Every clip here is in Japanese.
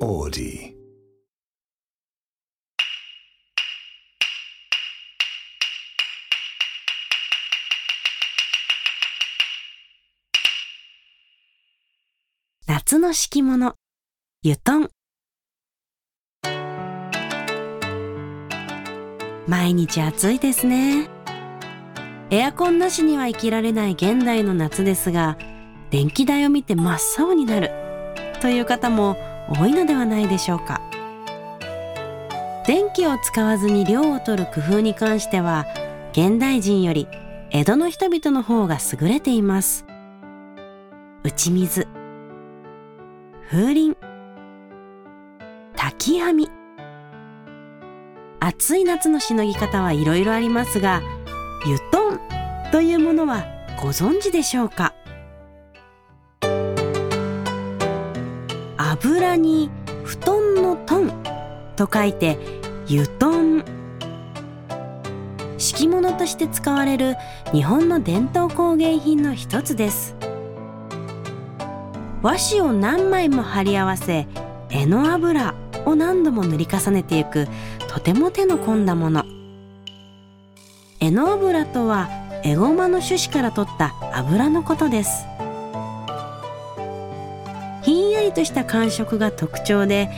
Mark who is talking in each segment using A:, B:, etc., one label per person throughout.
A: Audi.
B: 夏の敷物ゆとん毎日暑いですねエアコンなしには生きられない現代の夏ですが電気代を見て真っ青になるという方も多いのではないでしょうか電気を使わずに涼を取る工夫に関しては現代人より江戸の人々の方が優れています打ち水風鈴滝網暑い夏のしのぎ方はいろいろありますが湯団というものはご存知でしょうか油に布団のトンと書いて湯団敷物として使われる日本の伝統工芸品の一つです和紙を何枚も貼り合わせ絵の油を何度も塗り重ねていくとても手の込んだもの絵の油とはエゴマの種子から取った油のことですひんやりとした感触が特徴で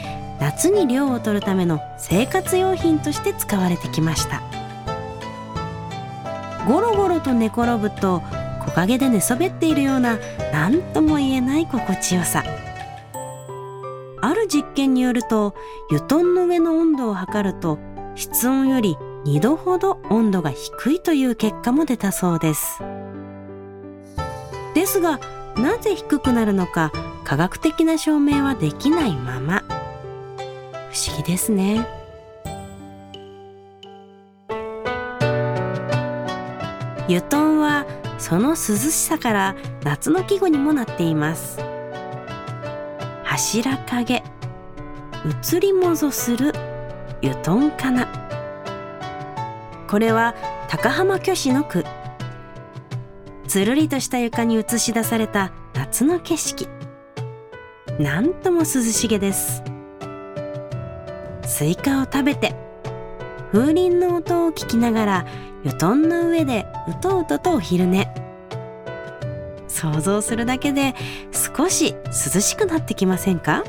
B: 夏に涼を取るための生活用品として使われてきましたゴロゴロと寝転ぶと木陰で寝そべっているような何とも言えない心地よさある実験によると油団の上の温度を測ると室温より2度ほど温度が低いという結果も出たそうですですがなぜ低くなるのか科学的な証明はできないまま不思議ですね油団はその涼しさから夏の季語にもなっています柱影移りもぞする油団かなこれは高浜虚子の句つるりとした床に映し出された夏の景色なんとも涼しげですスイカを食べて風鈴の音を聞きながら布団の上でうとうととお昼寝想像するだけで少し涼しくなってきませんか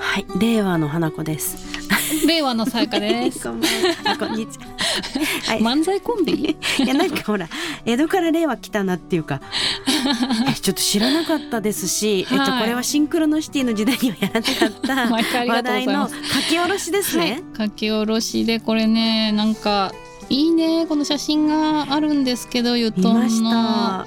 B: はい、令和の花子です。
C: 令和のさやかです。
B: こんばん は。こんにちは。はい
C: 漫才コンビ？
B: いやなんかほら江戸から令和来たなっていうかえちょっと知らなかったですし、えっと、
C: はい
B: これはシンクロノシティの時代にはやらなか っ
C: 毎回あ
B: た話題
C: りがとうござい
B: の
C: ま
B: 書
C: す。
B: き下ろしですね。
C: 書き下ろしでこれねなんかいいねこの写真があるんですけどゆ
B: 見
C: と
B: ま
C: ん
B: し
C: の
B: た。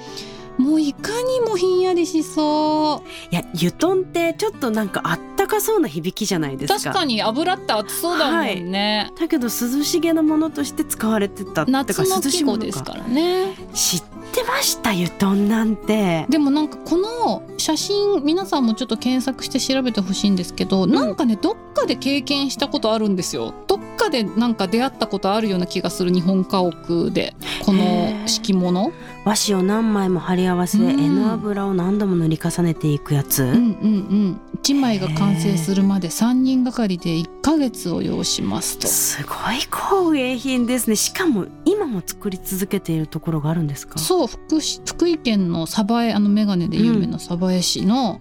C: もういかにもひんやりしそ
B: いや湯団ってちょっとなんかあったかそうな響きじゃないで
C: う
B: すか。
C: 確かに油って熱そうだもんね、
B: だけど涼しげなものとして使われてたってか
C: 夏の
B: 涼し
C: 季
B: いも
C: 語
B: の
C: です
B: か
C: からね
B: 知ってました湯団なんて。
C: でもなんかこの写真皆さんもちょっと検索して調べてほしいんですけど、なんかねどっかで経験したことあるんですよどっかでなんか出会ったことあるような気がする日本家屋でこの敷物、
B: 和紙を何枚も貼り合わせ、
C: うん
B: 絵の油を何度も塗り重ねていくやつ。
C: うん、うんうん1枚が完成するまで3人がかりで1ヶ月を要しますと
B: すごい工芸品ですねしかも今も作り続けているところがあるんですか
C: そう福し福井県の鯖江あの眼鏡で有名な鯖江市の、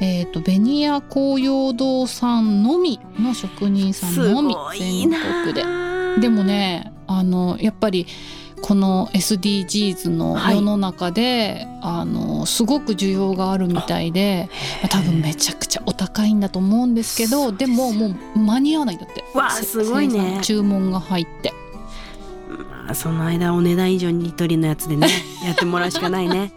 C: えっ、とベニヤ紅葉堂さんのみの職人さんのみ全国で
B: な
C: でもねあのやっぱりこの SDGs の
B: はい
C: 世の中で、あのすごく需要があるみたいで、まあ多分めちゃくちゃお高いんだと思うんですけ
B: そ
C: ど
B: うで
C: で
B: すよ
C: ももう間に合わないんだって
B: わあ
C: せ
B: すごいね
C: 生産注文が入って
B: まあその間お値段以上にニトリのやつで ねやってもらうしかないね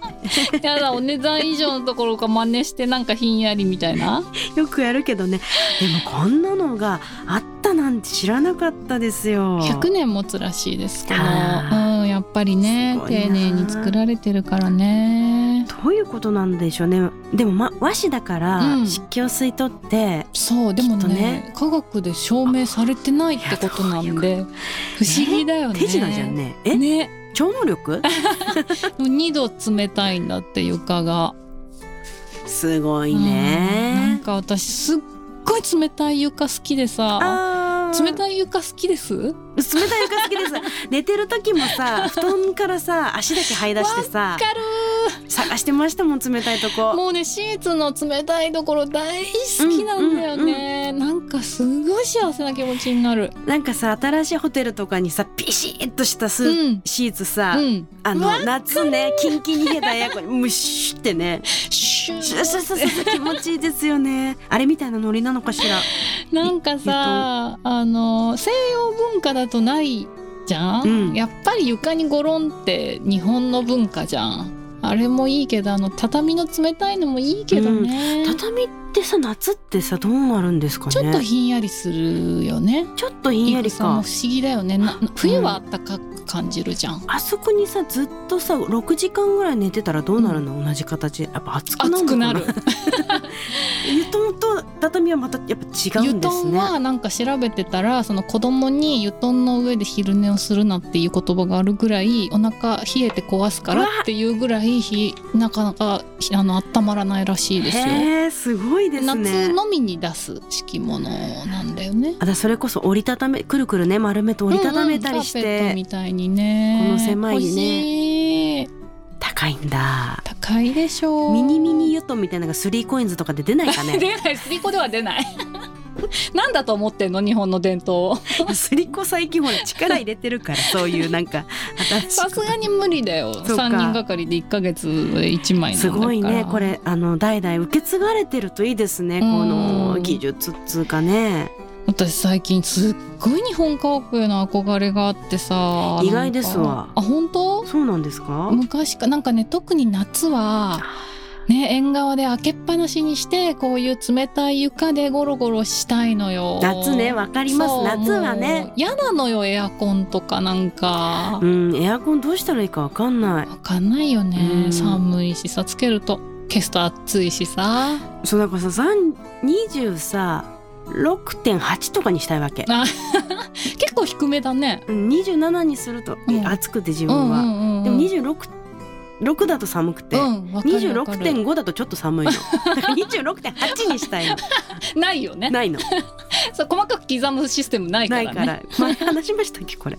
C: やだお値段以上のところか真似してなんかひんやりみたいな
B: よくやるけどねでもこんなのがあったなんて知らなかったですよ
C: 100年持つらしいですけど、
B: あー
C: うん、やっぱりね
B: すごいな
C: 丁寧に作られてるからね
B: ういうことなんでしょうねでも、ま、和紙だから
C: うん
B: 湿気を吸い取って、
C: そうでも
B: きっと
C: ね
B: ね
C: 科学で証明されてないってことなんで不思議だよね。
B: 手品じゃんねえ
C: ね
B: 超能 力
C: 2度冷たいんだって床が。
B: すごい
C: うんなん
B: ね
C: か私すっごい冷たい床好きでさ
B: あー
C: 冷たい床好きです
B: 冷たい床好きです寝てる時もさ布団からさ足だけ這い出してさ
C: かる
B: 探してましたもん冷たいとこ
C: もうねシーツの冷たいところ大好きなんだよね、なんかすごい幸せな気持ちになる
B: なんかさ新しいホテルとかにさピシッとしたス
C: う
B: ー、
C: ん
B: シーツさ、
C: うん
B: あ
C: わか
B: の夏ねキンキンに冷えたエアコンにムシュってね
C: シュ
B: シュシュシュ
C: ー
B: シュシュ気持ちいいですよねあれみたいなノリなのかしら
C: なんかさあの西洋文化だとないじゃん、
B: うん
C: やっぱり床にゴロンって日本の文化じゃんあれもいいけどあの畳の冷たいのもいいけどね、
B: 畳ってさ夏ってさどうなるんですかね
C: ちょっとひんやりするよね。
B: ちょっとひんやり
C: いくさも
B: か
C: 不思議だよね。な冬はあったかく感じるじゃん。
B: あそこにさずっとさ6時間ぐらい寝てたらどうなるの、同じ形やっぱ暑くなる
C: 暑
B: の
C: く
B: か
C: なる。
B: 湯団と畳はまたやっぱ違う
C: 湯
B: んです
C: 団
B: ね
C: はなんか調べてたら、その子供に湯団の上で昼寝をするなっていう言葉があるぐらい、お腹冷えて壊すからっていうぐらいひなかなかひあの温まらないらしいですよ。
B: へえすごいです
C: 夏
B: ね
C: のみに出す敷物なんだよね。
B: あだそれこそ折りたためくるくるね丸めて折りたためたりし
C: うんうんカーペット
B: て
C: みたいにね。
B: この狭いね
C: 欲しい
B: 高いんだ
C: 高いでしょう。
B: ミニミニ湯団みたいなのがスリーコインズとかで出ないかね
C: 出な いスリコでは出ない なんだと思ってんの日本の伝統を
B: スリコ最近ほら力入れて るからそういうなんか新しい
C: さすがに無理だよ
B: そうか
C: 3人がかりで1ヶ月で1枚なんだ
B: す
C: から
B: ごいねこれあの代々受け継がれてるといいですね
C: ん
B: この技術っつうかね
C: 私最近すっごい日本家屋への憧れがあってさ
B: 意外ですわ
C: なんかあ本当
B: そうなんですか
C: 昔かなんかね特に夏はね縁側で開けっぱなしにしてこういう冷たい床でゴロゴロしたいのよ
B: 夏ねわかります
C: そう
B: 夏は
C: もう
B: ね
C: 嫌なのよエアコンとかなんか
B: うんエアコンどうしたらいいかわかんない
C: わかんないよね、
B: うん
C: 寒いしさつけると消すと暑いしさ
B: そうなんかさ3 20さ6.8とかにしたいわけ
C: あ結構低めだね
B: うん27にすると、
C: うん
B: 暑くて自
C: う
B: 分
C: んう
B: は、
C: んうん
B: でも26 6だと寒くて、
C: うんわかるわかる
B: 26.5だとちょっと寒いの だから26.8にしたいの
C: ないよね
B: ないの
C: そう細かく刻むシステムない
B: な
C: から
B: い
C: ね
B: から前話しましたっけこれ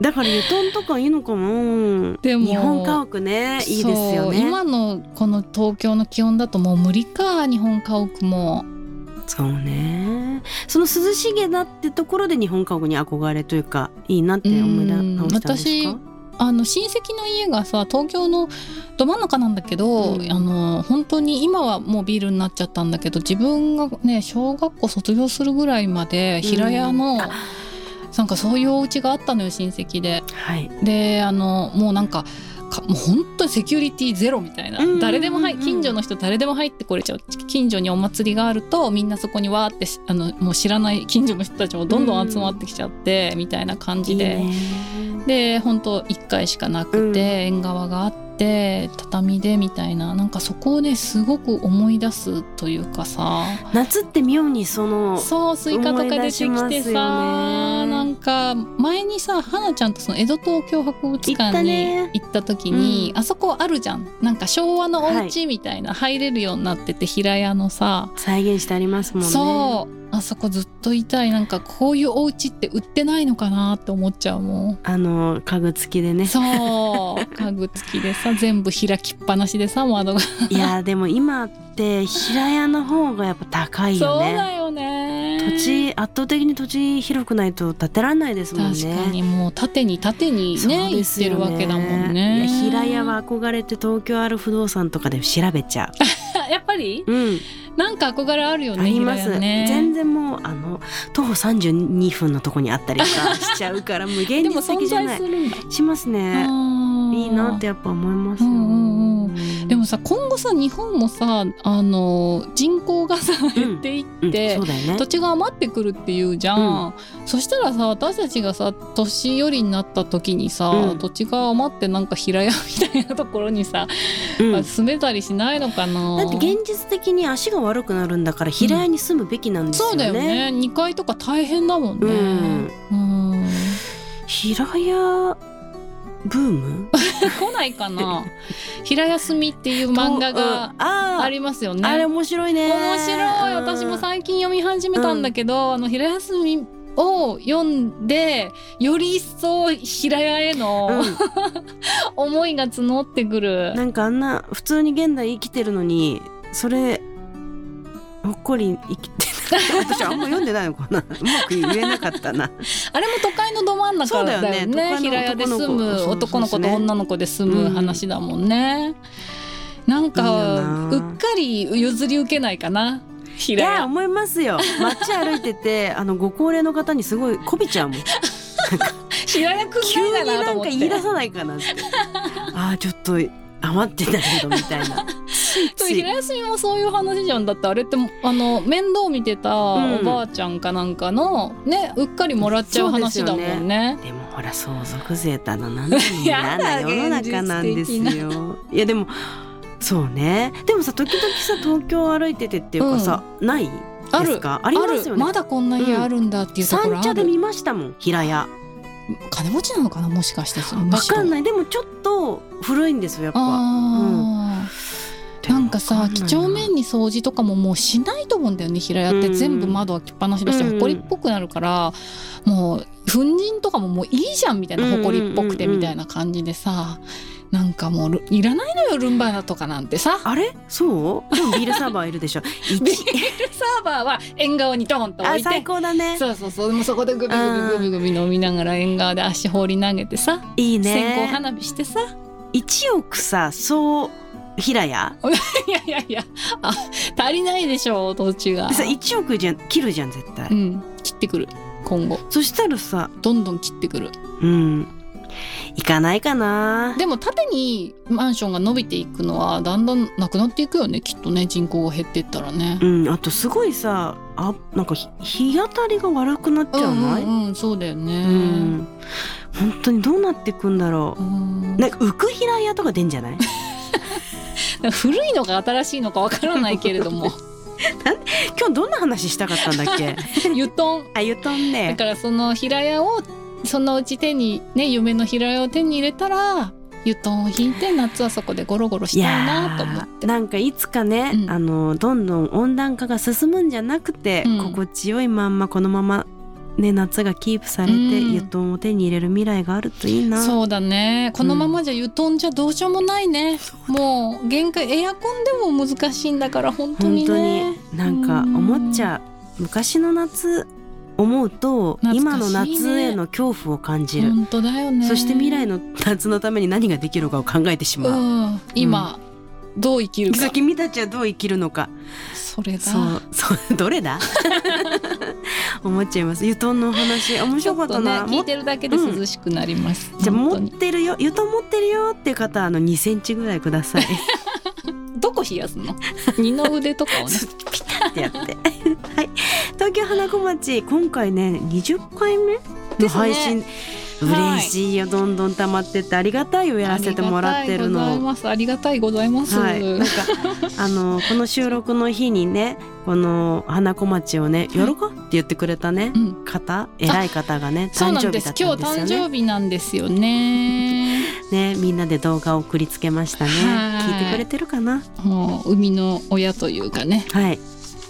B: だから湯団とかいいのかな
C: でも
B: 日本家屋ねいいですよね
C: そう今のこの東京の気温だともう無理か日本家屋も
B: そうねその涼しげなってところで日本家屋に憧れというかいいなって思い直したんです
C: う
B: か
C: んあの親戚の家がさ東京のど真ん中なんだけど、
B: うん
C: あの本当に今はもうビールになっちゃったんだけど自分がね小学校卒業するぐらいまで平屋の、
B: うんあ
C: なんかそういうお家があったのよ親戚で。
B: はい
C: であのもうなんかかもう本当にセキュリティゼロみたいな、
B: うんうんうんうん
C: 誰でも入近所の人誰でも入ってこれちゃう近所にお祭りがあるとみんなそこにわーってしあのもう知らない近所の人たちもどんどん集まってきちゃって、みたいな感
B: い
C: じ
B: い
C: で。
B: ね
C: で本当1回しかなくて、縁側があって畳でみたいななんかそこをねすごく思い出すというかさ
B: 夏って妙にその
C: そうスイカとか出てき
B: 思い
C: て
B: 出
C: さ、
B: しますよね
C: なんか前にさ花ちゃんとその江戸東京博物
B: 行った
C: 館に
B: ね
C: 行った時に
B: うん
C: あそこあるじゃんなんか昭和のお家みたいな、入れるようになってて平屋のさ、
B: 再現してありますもんね
C: そうあそこずっといたいなんかこういうお家って売ってないのかなって思っちゃうもん。
B: あの家具付きでね
C: そう家具付きでさ全部開きっぱなしでさ窓が、
B: いやーでも今って平屋の方がやっぱ高い
C: そう
B: よね
C: だよね
B: 土地圧倒的に土地広くないと建てられないですもんね
C: 確かにもう縦に縦にね
B: そうで
C: 行っ
B: す
C: て
B: よ
C: るわけだもんね
B: いや平屋は憧れて東京ある不動産とかで調べちゃ
C: あ やっぱり
B: ううん
C: なんか憧れあるよね
B: あります、
C: 平屋ね
B: 全然もうあの徒歩32分のとこにあったりと かしちゃうから無限
C: で
B: に
C: も
B: 的
C: 存
B: じゃ
C: 在
B: ない
C: するんだ
B: しますね
C: あー
B: いいなってやっぱ思いますよ、
C: うんうんうでももさ今後さ日本もさあの人口がさ
B: うん
C: 減っていっ
B: うん
C: て、
B: そうだよね
C: 土地が余ってくるっていうじゃん、そしたらさ私たちがさ年寄りになった時にさ、
B: うん
C: 土地が余ってなんか平屋みたいなところにさ、
B: うんだ
C: 住めたりしないのかな
B: って現実的に足が悪くなるんだから平屋に住むべきなんですよ
C: そうだよね2階とか大変だもんね、うん
B: 平屋ブーム
C: 来ないかな平休みっていう漫画
B: とう
C: が
B: んあー
C: ありますよね、
B: あれ面白いね
C: 面白い私も最近読み始めたんだけど、あの平休みを読んでより一層平屋へ
B: う
C: の
B: ん
C: 思いが募ってくる、
B: なんかあんな普通に現代生きてるのにそれほっこり生きてない 私あんま読んでないのかなうまく言えなかったな
C: あれも都会のど真ん
B: そ
C: 中
B: うだ
C: だ
B: よ
C: よ
B: ね
C: ね
B: 都会の
C: 平屋で住む
B: 男
C: 男
B: の
C: の
B: 子そうそうそう
C: 子
B: ですね
C: と女の子で住む話だもんね、なん
B: いいよな
C: かうっかり譲り受けないかない平
B: や
C: 屋
B: 思いますよ街歩いててあのご高齢の方にすごいこびちゃうもん
C: 平屋くん
B: 急に
C: ないだ
B: な
C: なと
B: ん
C: 思っ
B: か
C: て
B: 言い出さないかなって ああちょっと余ってたけどみたいなつい
C: そう
B: つい
C: 平休みもそういう話じゃんだってあれってあの面倒見てた
B: ん
C: おばあちゃんかなんかの、ねうっかりもらっちゃう話だもん
B: そうですよ
C: ね。
B: でもほら相続税だのなんだの嫌な
C: やだ
B: 世の中なんですよ。いやでもそうねでもさ時々さ東京歩いててっていうかさ、ない
C: あ
B: です
C: る
B: かありますよね
C: まだこんな家あるんだっていうところ
B: 三
C: あ
B: 茶で
C: る、
B: 見ましたもん平屋
C: 金持ちなのかなもしかしてその
B: わかん
C: い
B: ないでもちょっと古いんですよやっぱ
C: あー、
B: でも
C: なんか
B: わ
C: さ
B: んない
C: 几
B: な
C: 帳面に掃除とかももうしないと思うんだよね平屋って、
B: うん
C: 全部窓開きっぱなしだし
B: うん
C: 埃っぽくなるからもう粉塵とかももういいじゃんみたいな
B: うん
C: 埃っぽくて
B: うんうん
C: みたいな感じでさなんかもうルいらないのよルンバだとかなんてさ
B: あれそうでもビールサーバーいる でしょ一
C: ビールサーバーは縁側にドンと置
B: あ
C: い
B: 最
C: て。
B: 高だね
C: そうそうそうでもそこでグビグビグビグビ飲みながら縁側で足放り投げてさ、
B: いい
C: 線香
B: ね
C: 花火してさ
B: 一億さそう平屋
C: いやいやいやあ足りないでしょ途中が
B: でさ1億じゃん切るじゃん絶対、
C: うん、切ってくる今後
B: そしたらさ
C: どんどん切ってくる
B: うん行かないかな
C: でも縦にマンションが伸びていくのはだんだんなくなっていくよねきっとね人口が減っていったらね
B: う、んあとすごいさあなんかひ日当たりが悪くなっちゃわない、うん
C: うん、うん、そうだよね
B: 本当にどうなってくんだろ
C: うん
B: うなんか浮く平屋とか出んじゃ ない
C: なんか古いのか新しいのかわからないけれ ども
B: 今日どんな話したかったんだっ け
C: ゆとん
B: あゆとん
C: だ
B: ね
C: からその平屋をそのうち手にね夢の平屋を手に入れたらゆとんを引いて夏はそこでゴロゴロし
B: い
C: たいな
B: や
C: と思って
B: ーなんかいつかね、
C: うん
B: あのどんどん温暖化が進むんじゃなくて、
C: うん
B: 心地よいまんまこのままね夏がキープされて、
C: うん
B: ゆとんを手に入れる未来があるといいな
C: そうだねこのままじゃ湯団じゃどうしようもないね、もう限界エアコンでも難しいんだから本当
B: 本
C: に
B: 当
C: ね
B: になんか思っちゃう昔の夏思うと、
C: 懐かし
B: 今
C: いね
B: の夏への恐怖を感じる、
C: 本当だよね
B: そして未来の夏のために何ができるかを考えてしまう、
C: うん今、どう生きるか
B: 君たちはどう生きるのか
C: それだ
B: そうそう どれだ思っちゃいますゆとんのお話面
C: ちょ
B: 白か
C: っ
B: った
C: とね
B: な、
C: 聞
B: も
C: いてるだけで涼しくなります、
B: じゃあ
C: 本当
B: 持っ
C: に
B: てるよゆとん持ってるよっていう方はあの2センチぐらいくださ い
C: どこ冷や すの二の腕とかをね
B: ピタってやってはい東京花子町今回ね20回目の配信、
C: はい
B: 嬉しいよどんどん溜まってってありがたいよやらせてもらってるの。
C: ありがたいございますあ
B: は
C: り
B: い、
C: がたいござい
B: なん
C: ま
B: か
C: す、
B: あのこの収録の日にねこの花子町をね「やろうか?」って言ってくれたね、
C: うん
B: 方偉い方がね
C: そう
B: 誕
C: な
B: 生
C: ん
B: 日
C: で
B: だ
C: す
B: っ
C: 今
B: たん
C: 日
B: ですよね
C: 誕生日なんですよね
B: ねみんなで動画を送りつけましたね
C: はい
B: 聞いてくれてるかな
C: もう生みの親というかね
B: はいよ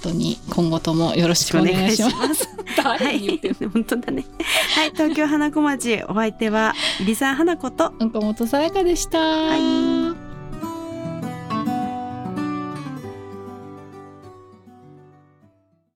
C: 本当に今後ともよろ
B: ろ
C: し
B: し
C: く
B: く
C: お
B: お
C: 願
B: 願
C: い
B: い
C: し
B: し
C: ま。
B: ますすは
C: 誰に言
B: い
C: ってる
B: 本当だねはい東京花子町お相手はリサ花子と
C: 岡本さやかでした。
B: はい